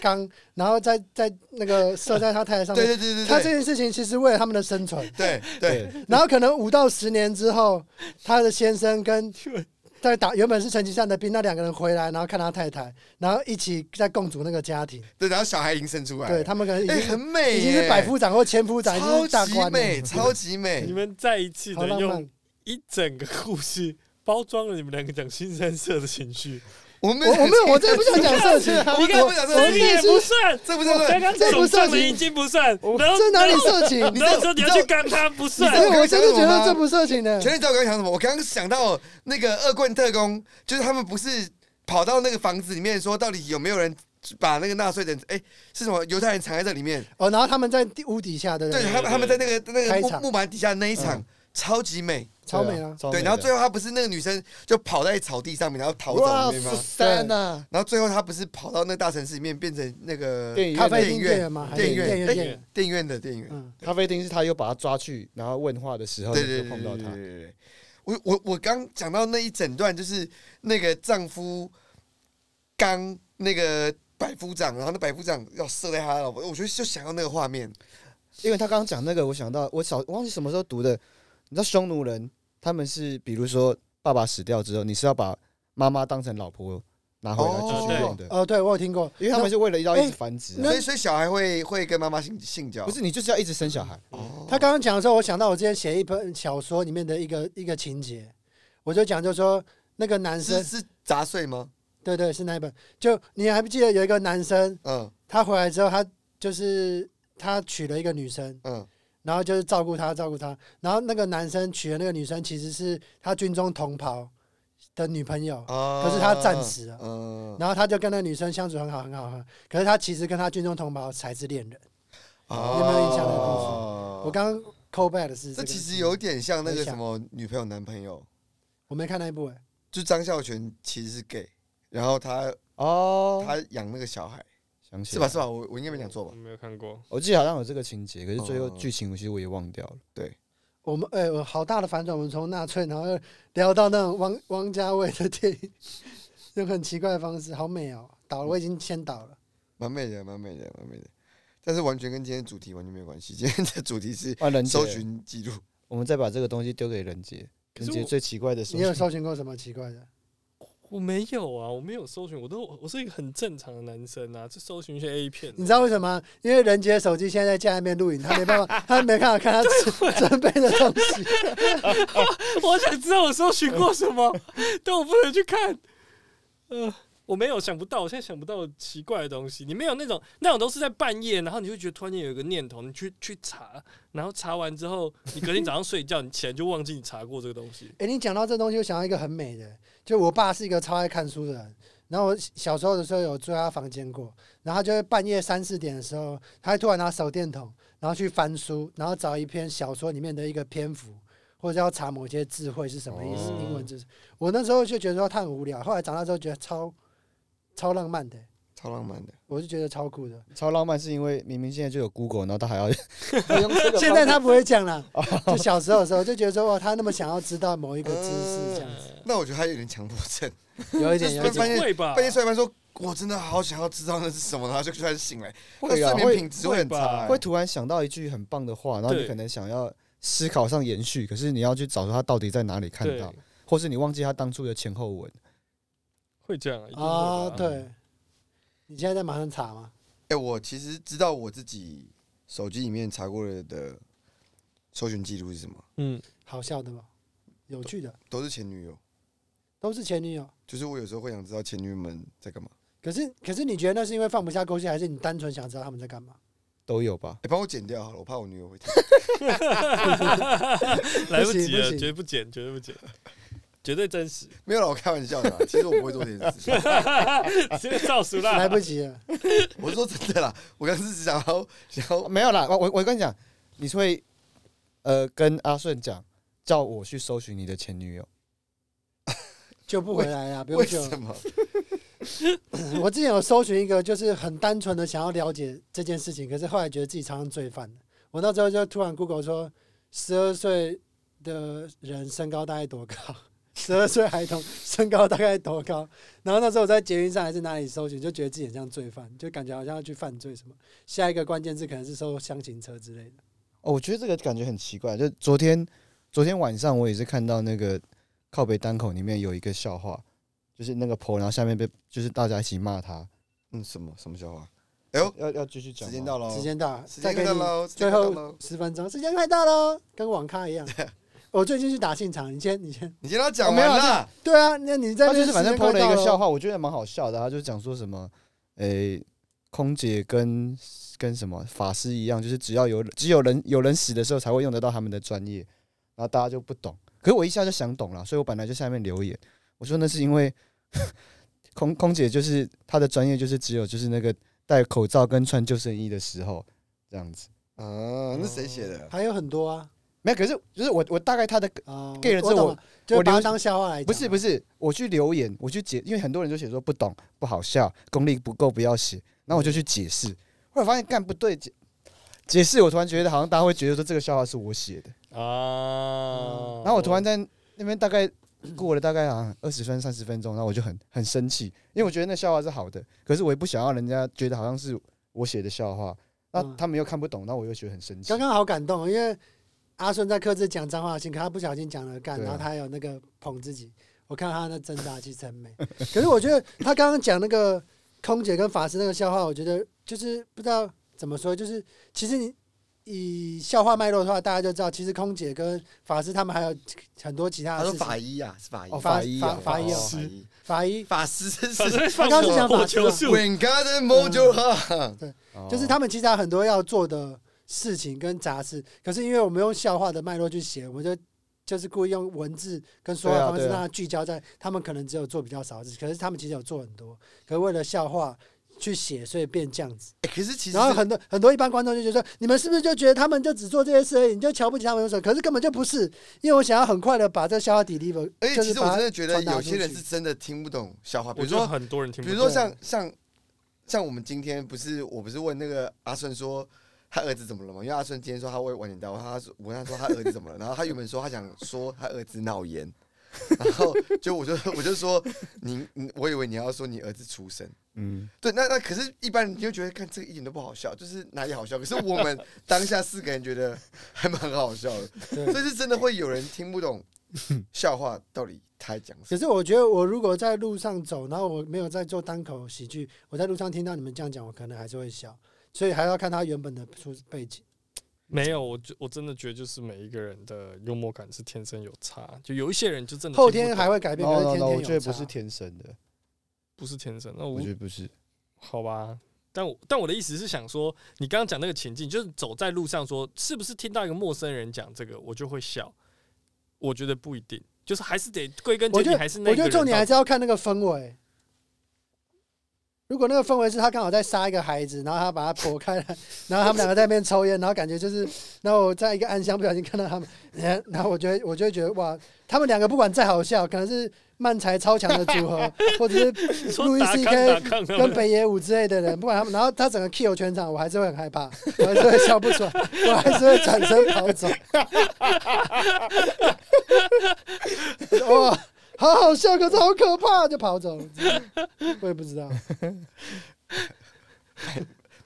Speaker 3: 刚，然后再再那个射在他太太上
Speaker 2: 对
Speaker 3: 面。
Speaker 2: 对对对
Speaker 3: 他这
Speaker 2: 对
Speaker 3: 件事情其实为了他们的生存，
Speaker 2: 对对
Speaker 1: 对，
Speaker 3: 然后可能五到十年之后，他的先 生跟在打原本是成吉思汗的兵，那两个人回来，然后看他太太，然后一起在共组那个家庭。
Speaker 2: 对，然后小孩已经生出来了，
Speaker 3: 对他们可能已
Speaker 2: 哎、
Speaker 3: 经、
Speaker 2: 很美耶，
Speaker 3: 已经是百夫长或千夫长，已经是大
Speaker 2: 超级
Speaker 3: 官了。
Speaker 2: 美，超级
Speaker 5: 你
Speaker 2: 美。
Speaker 5: 们在一起
Speaker 3: 好
Speaker 5: 的
Speaker 3: 浪漫
Speaker 5: 用一整个故事包装了你们两个讲新三色的情绪，
Speaker 2: 我们
Speaker 3: 我我没有，我真的不想讲色情，
Speaker 2: 你刚才不
Speaker 3: 我
Speaker 2: 讲色情
Speaker 3: 我
Speaker 5: 这也
Speaker 3: 必须
Speaker 5: 不 算，
Speaker 2: 这不是
Speaker 5: 刚刚
Speaker 3: 这不
Speaker 5: 总
Speaker 3: 算
Speaker 5: 算的已经不算，然后
Speaker 3: 这 哪里色情？
Speaker 2: 你知道
Speaker 5: 然后说你要
Speaker 2: 你知道
Speaker 5: 去干他不
Speaker 2: 你知
Speaker 5: 算
Speaker 2: 道，
Speaker 3: 对，我真的觉得这不色情的。
Speaker 2: 全你知道我刚刚想什么？我刚刚想到那个恶棍特工，就是他们不是跑到那个房子里面说，到底有没有人把那个纳税人？哎、是什么犹太人藏在这里面？
Speaker 3: 哦，然后他们在地屋底下，对不
Speaker 2: 对
Speaker 3: 对？
Speaker 2: 他们，他们在那个那
Speaker 3: 开
Speaker 2: 个
Speaker 3: 场嗯
Speaker 2: 木木板底下那一场、超级美。
Speaker 3: 超美啊！
Speaker 1: 超美
Speaker 2: 对，
Speaker 1: 的
Speaker 2: 然后最后他不是那个女生就跑在草地上面，然后逃走，
Speaker 1: 哇，啊
Speaker 2: 对吗
Speaker 1: 十？三呐，
Speaker 2: 然后最后他不是跑到那个大城市里面，变成那个
Speaker 1: 电影
Speaker 3: 咖
Speaker 1: 院
Speaker 3: 啡
Speaker 1: 的
Speaker 2: 啊
Speaker 3: 厅
Speaker 2: 电影院
Speaker 3: 店吗？还是
Speaker 2: 电影院
Speaker 3: 电影
Speaker 2: 哎
Speaker 3: 院。
Speaker 2: 电影院的电影院。
Speaker 3: 嗯，
Speaker 1: 咖啡厅是他又把他抓去，然后问话的时候
Speaker 2: 对
Speaker 1: 你
Speaker 2: 对
Speaker 1: 就
Speaker 2: 对
Speaker 1: 碰到他
Speaker 2: 对。对对对我我我刚讲到那一整段，就是那个丈夫刚那个百夫长，然后那百夫长要射在他的老婆，我觉得就想要那个画面。
Speaker 1: 因为他刚刚讲那个，我想到我小我忘记什么时候读的，你知道匈奴人他们是比如说爸爸死掉之后，你是要把妈妈当成老婆拿回来继续
Speaker 5: 哦
Speaker 1: 用的，
Speaker 3: 哦，对我有听过，
Speaker 1: 因为他们是为了要
Speaker 3: 那
Speaker 1: 一直繁殖啊、
Speaker 2: 所以所以小孩会会跟妈妈性性交，
Speaker 1: 不是你就是要一直生小孩，
Speaker 2: 哦
Speaker 3: 他刚刚讲的时候，我想到我之前写一本小说里面的一个一个情节，我就讲就说那个男
Speaker 2: 是
Speaker 3: 生，
Speaker 2: 是杂碎吗？
Speaker 3: 对对，是那一本。就你还不记得有一个男生，
Speaker 2: 嗯
Speaker 3: 他回来之后，他就是他娶了一个女生，
Speaker 2: 嗯
Speaker 3: 然后就是照顾她照顾她，然后那个男生娶的那个女生其实是他军中同袍的女朋友，
Speaker 2: 啊
Speaker 3: 可是他战死了
Speaker 2: 嗯
Speaker 3: 然后他就跟那个女生相处很好很好很好，可是他其实跟他军中同袍才是恋人。
Speaker 2: 啊
Speaker 3: 有没有印象那个故事我
Speaker 2: 哦，
Speaker 3: 刚刚 call back 的是
Speaker 2: 这
Speaker 3: 个
Speaker 2: 其实有点像那
Speaker 3: 有
Speaker 2: 个什
Speaker 3: 点
Speaker 2: 么女朋友男朋友，
Speaker 3: 我没看那一部、欸，
Speaker 2: 就张孝全其实是 gay，然后他
Speaker 1: 哦，
Speaker 2: 他养那个小孩
Speaker 1: 想起
Speaker 2: 是
Speaker 1: 来
Speaker 2: 吧
Speaker 1: 了
Speaker 2: 是吧？我我应该没讲错
Speaker 5: 我
Speaker 2: 吧？
Speaker 5: 没有看过。
Speaker 1: 我记得好像有这个情节，可是最后
Speaker 2: 哦
Speaker 1: 剧情我其实我也忘掉了。
Speaker 3: 我们哎、我好大的反转，我们从纳粹，然后又聊到那种汪汪家卫的电影，用很奇怪的方式，好美哦！倒了，我已经先倒了。
Speaker 2: 蛮美的，蛮美的，蛮美的，但是完全跟今天的主题完全没有关系。今天的主题是
Speaker 1: 啊，人
Speaker 2: 搜
Speaker 1: 杰，
Speaker 2: 寻记录，
Speaker 1: 我们再把这个东西丢给人杰，
Speaker 5: 可
Speaker 1: 人
Speaker 5: 是
Speaker 1: 杰最奇怪的
Speaker 2: 嗯
Speaker 1: 搜
Speaker 3: 你有
Speaker 1: 寻，
Speaker 3: 搜寻过什么奇怪的？
Speaker 5: 我没有啊，我没有搜寻，我都我是一个很正常的男生啊，就搜寻一些 A 片。
Speaker 3: 你知道为什么吗？因为人杰的手机现在在家里面录影，他没办法，他没办法看他准准备的东西。
Speaker 5: 我想知道我搜寻过什么，但我不能去看。呃，我没有想不到，我现在想不到奇怪的东西。你没有那种那种都是在半夜，然后你会觉得突然间有一个念头，你去去查，然后查完之后，你隔天早上睡觉，你起来就忘记你查过这个东西。
Speaker 3: 哎、你讲到这东西，我想到一个很美的，就我爸是一个超爱看书的人，然后我小时候的时候有住在他房间过，然后他就会半夜三四点的时候，他会突然拿手电筒，然后去翻书，然后找一篇小说里面的一个篇幅，或者要查某些智慧是什么意思，
Speaker 5: 哦
Speaker 3: 英文字。我那时候就觉得说他很无聊，后来长大之后觉得超超浪漫的，
Speaker 2: 超浪漫的。
Speaker 3: 我就觉得超酷的。
Speaker 1: 超浪漫，是因为明明现在就有 Google，然后他还要用这个
Speaker 3: 现在他不会讲 了，就小时候的时候就觉得说哇，他那么想要知道某一个知识这样子，
Speaker 1: 嗯
Speaker 2: 那我觉得他有点强迫症，
Speaker 3: 嗯有一点有一
Speaker 2: 就是
Speaker 3: 点
Speaker 2: 半。夜
Speaker 5: 会
Speaker 1: 啊
Speaker 5: 吧？
Speaker 2: 半夜睡完说，我真的好想要知道那是什么，然后就突然醒来，那
Speaker 1: 会啊
Speaker 2: 睡眠
Speaker 1: 会
Speaker 2: 品质会很
Speaker 5: 会吧
Speaker 2: 差。
Speaker 1: 会突然想到一句很棒的话，然后你
Speaker 5: 对
Speaker 1: 可能想要思考上延续，可是你要去找出他到底在哪里看
Speaker 5: 对，
Speaker 1: 到，或是你忘记他当初的前后文。
Speaker 5: 会这样啊一定会
Speaker 3: 啊，
Speaker 5: 吧
Speaker 3: 对。你现在在马上查吗？
Speaker 2: 哎，我其实知道我自己手机里面查过了的搜寻记录是什么，
Speaker 5: 嗯，
Speaker 3: 好笑的吗？有趣的，
Speaker 2: 都是前女友。
Speaker 3: 都是前女友。
Speaker 2: 就是我有时候会想知道前女友们在干嘛。
Speaker 3: 可是，可是你觉得那是因为放不下过去，还是你单纯想知道他们在干嘛？
Speaker 1: 都有吧？
Speaker 2: 哎，帮我剪掉好了，我怕我女友会听。
Speaker 5: 来不
Speaker 3: 不行
Speaker 5: 及
Speaker 3: 不
Speaker 5: 了，
Speaker 3: 行
Speaker 5: 绝不剪，绝对不剪，绝对真实，
Speaker 2: 没有啦，我开玩笑的啦。其实我不会做这件事情。
Speaker 5: 直接照熟啦。
Speaker 3: 来不及了，
Speaker 2: 我是说真的啦，我刚是想要想要
Speaker 1: 哦没有啦，我我我跟你讲，你会呃跟阿顺讲，叫我去搜寻你的前女友。
Speaker 3: 救不回来了，不用
Speaker 2: 为
Speaker 3: 救
Speaker 2: 什
Speaker 3: 了。
Speaker 2: 么？
Speaker 3: 我之前有搜寻一个，就是很单纯的想要了解这件事情，可是后来觉得自己常常罪犯。我那时候就突然 Google 说，十二岁的人身高大概多高？ 十二岁孩童身高大概多高？然后那时候我在捷运上还是哪里搜寻，就觉得自己很像罪犯，就感觉好像要去犯罪什么。下一个关键字可能是搜箱型车之类的。
Speaker 1: 哦，我觉得这个感觉很奇怪。就昨天，昨天晚上我也是看到那个靠北单口里面有一个笑话，就是那个婆，然后下面被就是大家一起骂他。
Speaker 2: 嗯，什么什么笑话？
Speaker 1: 要要继续讲
Speaker 2: 时
Speaker 1: 吗，
Speaker 2: 间到喽，
Speaker 3: 时间到了，
Speaker 2: 时
Speaker 3: 再
Speaker 2: 间
Speaker 3: 给
Speaker 2: 快到
Speaker 3: 你
Speaker 2: 喽，时间快
Speaker 3: 最
Speaker 2: 到
Speaker 3: 后
Speaker 2: 喽。
Speaker 3: 十分钟，时间快到喽，跟网咖 一样。哦我最近去打现场，你先，你先。
Speaker 2: 你先让他讲
Speaker 1: 哦没有
Speaker 2: 完
Speaker 1: 啊
Speaker 2: 啦。
Speaker 3: 对啊，那你在
Speaker 1: 他
Speaker 3: 那
Speaker 1: 就是反正抛了一个哦笑
Speaker 3: 话，
Speaker 1: 话，我觉得蛮好笑的。他就讲说什么，诶、空姐跟跟什么法师一样，就是只要有只有人有人死的时候才会用得到他们的专业，然后大家就不懂。可是我一下就想懂了，所以我本来就下面留言，我说那是因为空空姐就是她的专业就是只有就是那个戴口罩跟穿救生衣的时候这样子。
Speaker 2: 啊，那谁写的？
Speaker 3: 还有很多啊
Speaker 1: 没有，可是就是我我大概他的
Speaker 3: 啊！我
Speaker 1: gay 人
Speaker 3: 我
Speaker 1: 是
Speaker 3: 懂
Speaker 1: 我
Speaker 3: 了就
Speaker 1: 我
Speaker 3: 把它
Speaker 1: 留
Speaker 3: 当笑话来讲啊。
Speaker 1: 不是不
Speaker 3: 是，
Speaker 1: 是，我去留言，我去解，因为很多人就写说不懂、不好笑、功力不够，不要写。然后我就去解释，后来发现干不对解解释，我突然觉得好像大家会觉得说这个笑话是我写的。
Speaker 5: 啊！
Speaker 3: 哦
Speaker 1: 然后我突然在那边大概过了大概好像二十分三十分钟，然后我就很很生气，因为我觉得那笑话是好的，可是我也不想让人家觉得好像是我写的笑话，那
Speaker 3: 嗯
Speaker 1: 他们又看不懂，那我又觉得很生气
Speaker 3: 刚。刚好感动，因为阿顺在克制讲脏话的心，可他不小心讲了干，
Speaker 1: 对啊
Speaker 3: 然后他有那个捧自己。我看他那睁大气真美。 可是我觉得他刚刚讲那个空姐跟法师那个笑话，我觉得就是不知道怎么说，就是其实你以笑话脉络的话，大家就知道，其实空姐跟法师他们还有很多其
Speaker 2: 他
Speaker 3: 他的
Speaker 2: 说
Speaker 3: 事情。
Speaker 2: 法医啊，是法医
Speaker 3: 哦，，
Speaker 1: 法
Speaker 3: 法
Speaker 1: 医
Speaker 3: 法
Speaker 1: 啊
Speaker 3: 法医
Speaker 2: 哦
Speaker 3: 哦，
Speaker 2: 法医，
Speaker 3: 法医
Speaker 2: 法师真
Speaker 5: 反
Speaker 2: 是
Speaker 5: 正放
Speaker 3: 刚刚是
Speaker 5: 手
Speaker 3: 讲
Speaker 5: 火
Speaker 3: 法师
Speaker 5: 球
Speaker 3: 啊
Speaker 5: 术，
Speaker 2: When God and Mojo 哈，
Speaker 1: 哦
Speaker 2: 哦
Speaker 3: 就是他们其实还有很多要做的事情跟杂事，可是因为我们用笑话的脉络去写，我们就就是故意用文字跟说话
Speaker 1: 对啊
Speaker 3: 方式
Speaker 1: 对
Speaker 3: 让
Speaker 1: 啊
Speaker 3: 它聚焦在他们可能只有做比较少的事情，可是他们其实有做很多，可是为了笑话去写，所以变这样子。
Speaker 2: 欸可是其实
Speaker 3: 然后很多很多一般观众就觉得说，你们是不是就觉得他们就只做这些事而已，你就瞧不起他们什么？可是根本就不是，因为我想要很快的把这笑话 deliver，
Speaker 2: 而且
Speaker 3: 就
Speaker 2: 哎其
Speaker 3: 是
Speaker 2: 实我
Speaker 3: 把
Speaker 2: 真
Speaker 3: 它
Speaker 2: 的觉得
Speaker 3: 传达
Speaker 2: 有
Speaker 3: 出
Speaker 2: 些人
Speaker 3: 去
Speaker 2: 是真的听不懂笑话，比
Speaker 5: 我
Speaker 2: 如
Speaker 5: 觉得
Speaker 2: 说，
Speaker 5: 很多人听
Speaker 2: 比
Speaker 5: 不
Speaker 2: 如
Speaker 5: 懂，
Speaker 2: 说像像像我们今天不是我不是问那个阿顺说他儿子怎么了吗？因为阿顺今天说他会晚点到，他说我问他说他儿子怎么了，然后他原本说他想说他儿子脑炎，然后就我就我就说你你我以为你要说你儿子出生。
Speaker 1: 嗯，
Speaker 2: 对，那那可是，一般人就觉得看这个一点都不好笑，就是哪里好笑？可是我 们当下四个人觉得还蛮好笑的，
Speaker 3: 对
Speaker 2: 所以是真的会有人听不懂笑话到底他在讲什
Speaker 3: 可是我觉得，我如果在路上走，然后我没有在做单口喜剧，我在路上听到你们这样讲，我可能还是会笑。所以还要看他原本的出背景。
Speaker 5: 没有，我就我真的觉得就是每一个人的幽默感是天生有差，就有一些人就真的
Speaker 3: 后
Speaker 5: 听不
Speaker 3: 天还
Speaker 5: 懂
Speaker 3: 会改变，可
Speaker 1: no
Speaker 3: 是
Speaker 1: no
Speaker 3: 天
Speaker 1: no，
Speaker 3: 天有
Speaker 1: 我觉得不
Speaker 3: 差
Speaker 1: 是天生的，
Speaker 5: 不是天生。那我
Speaker 1: 我觉得不是，
Speaker 5: 好吧，但我但我的意思是想说，你刚刚讲那个情境，就是走在路上说，是不是听到一个陌生人讲这个，我就会笑？我觉得不一定，就是还是得归根结
Speaker 3: 我
Speaker 5: 底
Speaker 3: 觉得
Speaker 5: 还是那个
Speaker 3: 我觉
Speaker 5: 人
Speaker 3: 得重点还
Speaker 5: 到
Speaker 3: 是要看那个氛围。如果那个氛围是他刚好在杀一个孩子，然后他把他剖开来，然后他们两个在那边抽烟，然后感觉就是， 然后我在一个暗箱不小心看到他们，然后然后我就会我就会觉得哇，他们两个不管再好笑，可能是漫才超强的 组合，或者是
Speaker 5: 底
Speaker 3: 路
Speaker 5: 说
Speaker 3: 易
Speaker 5: 打
Speaker 3: CK
Speaker 5: 康打 康
Speaker 3: 跟北野武之类的人，不管他们，然后他整个 kill 全场，我还是会很害怕，我还是会笑不出来，我还是会转身跑走。哇，好好笑，可是好可怕，就跑走。我也不知道，
Speaker 2: 么，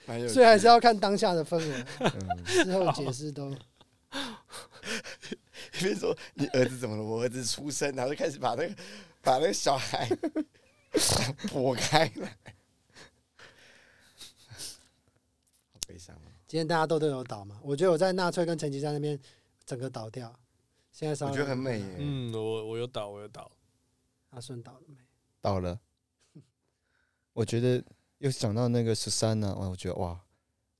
Speaker 2: 蛮有趣
Speaker 3: 所
Speaker 2: 的
Speaker 3: 以还是要看当下的氛围，
Speaker 1: 嗯，
Speaker 3: 事后解释都。
Speaker 2: 一边说 你儿子怎么了，我儿子出生，然后就开始把那个把那个小孩 剖开了，好悲伤啊！
Speaker 3: 今天大家都都有倒嘛？我觉得我在纳粹跟陈吉山那边整个倒掉，现在稍
Speaker 2: 我
Speaker 3: 微
Speaker 2: 觉得很美耶、
Speaker 5: 嗯，我我有倒，我有倒，
Speaker 3: 阿顺倒了没？
Speaker 1: 到了， 我觉得又讲到那个十三呢，哇，我觉得哇，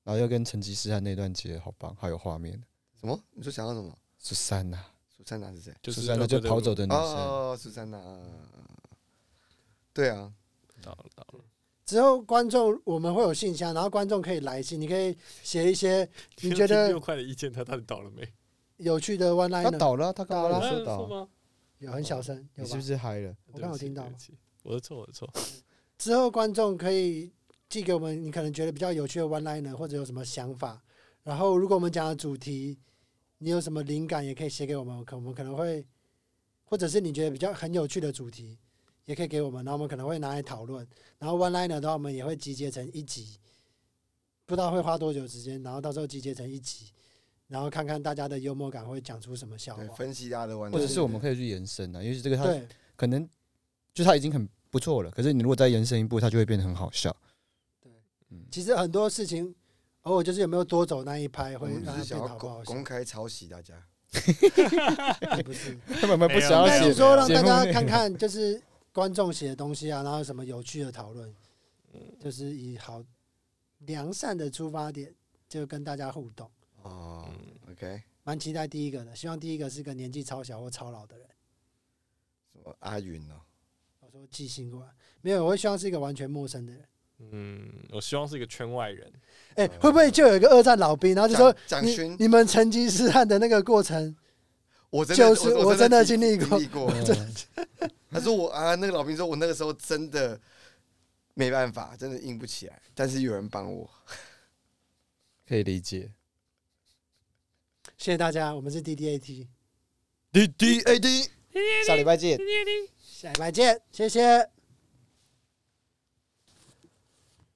Speaker 1: 然后又跟成吉思汗那段接，好棒，好有画面，
Speaker 2: 什么？你说想到什么？
Speaker 1: 十三呐，
Speaker 2: 苏珊娜是谁？
Speaker 5: 就是
Speaker 1: 十
Speaker 3: 啊
Speaker 1: 三那就跑
Speaker 3: 嗯
Speaker 1: 走的女生，
Speaker 2: 哦，苏珊娜，嗯嗯嗯对啊，
Speaker 5: 倒了倒了。
Speaker 3: 之后观众我们会有信箱，然后观众可以来信，你可以写一些你觉
Speaker 5: 听
Speaker 3: 得
Speaker 5: 六块的意见，他到底倒了没？
Speaker 3: 有趣的 one
Speaker 1: 他
Speaker 3: liner，
Speaker 1: 倒了，啊他刚刚
Speaker 3: 倒
Speaker 1: 有
Speaker 5: 哎
Speaker 1: 说
Speaker 5: 说
Speaker 1: 倒，
Speaker 5: 吗？
Speaker 3: 有很小声，有
Speaker 1: 你是
Speaker 3: 吧
Speaker 1: 不？是嗨了？
Speaker 3: 我刚好
Speaker 5: 对不起
Speaker 3: 听到
Speaker 5: 对不起我的错，我的错。
Speaker 3: 之后观众可以寄给我们你可能觉得比较有趣的 one liner，或者有什么想法。然后如果我们讲的主题，你有什么灵感也可以写给我们，可我们可能会，或者是你觉得比较很有趣的主题，也可以给我们，然后我们可能会拿来讨论。然后 one liner 的话，我们也会集结成一集，不知道会花多久时间，然后到时候集结成一集，然后看看大家的幽默感会讲出什么笑
Speaker 2: 对，
Speaker 3: 话。
Speaker 2: 分析大家的玩，
Speaker 1: 或者是我们可以去延伸啊，尤其这个他
Speaker 3: 对，
Speaker 1: 可能就他已经很不错了，可是你如果再延伸一步，他就会变得很好笑。
Speaker 3: 其实很多事情，偶尔就是有没有多走那一拍，
Speaker 2: 我
Speaker 3: 会
Speaker 2: 们
Speaker 3: 让
Speaker 2: 只
Speaker 3: 它
Speaker 2: 是想
Speaker 3: 变
Speaker 2: 要
Speaker 3: 得好不
Speaker 2: 公
Speaker 3: 好笑
Speaker 2: 公。开抄袭大家。
Speaker 3: 也 不是。
Speaker 1: 他们不想
Speaker 5: 没有
Speaker 1: 要
Speaker 5: 没
Speaker 3: 应该
Speaker 5: 有
Speaker 1: 写
Speaker 3: 是说让
Speaker 1: 节
Speaker 3: 大
Speaker 1: 目
Speaker 3: 家
Speaker 1: 内容
Speaker 3: 看看，就是观众写的东西啊，然后有什么有趣的讨论，就是以好良善的出发点，就跟大家互动。
Speaker 2: 哦
Speaker 5: 嗯
Speaker 2: ，OK，
Speaker 3: 蛮期待第一个的，希望第一个是个年纪超小或超老的人。
Speaker 2: 什么阿云哦，
Speaker 3: 我说寄信过来，没有，我会希望是一个完全陌生的人。
Speaker 5: 嗯，我希望是一个圈外人。
Speaker 3: 哎、会不会就有一个二战老兵，然后就说
Speaker 2: 蒋蒋
Speaker 3: 你
Speaker 2: 勋，
Speaker 3: 你们成吉思汗的那个过程，
Speaker 2: 我真的
Speaker 3: 就是我真的经历过
Speaker 2: 历过。
Speaker 1: 嗯
Speaker 2: 他说我啊，那个老兵说我那个时候真的没办法，真的硬不起来，但是有人帮我。
Speaker 1: 可以理解。
Speaker 3: 谢谢大家，我们是 D D A T，
Speaker 2: D D A D。
Speaker 1: 下礼拜见。
Speaker 3: 下礼拜见，谢谢。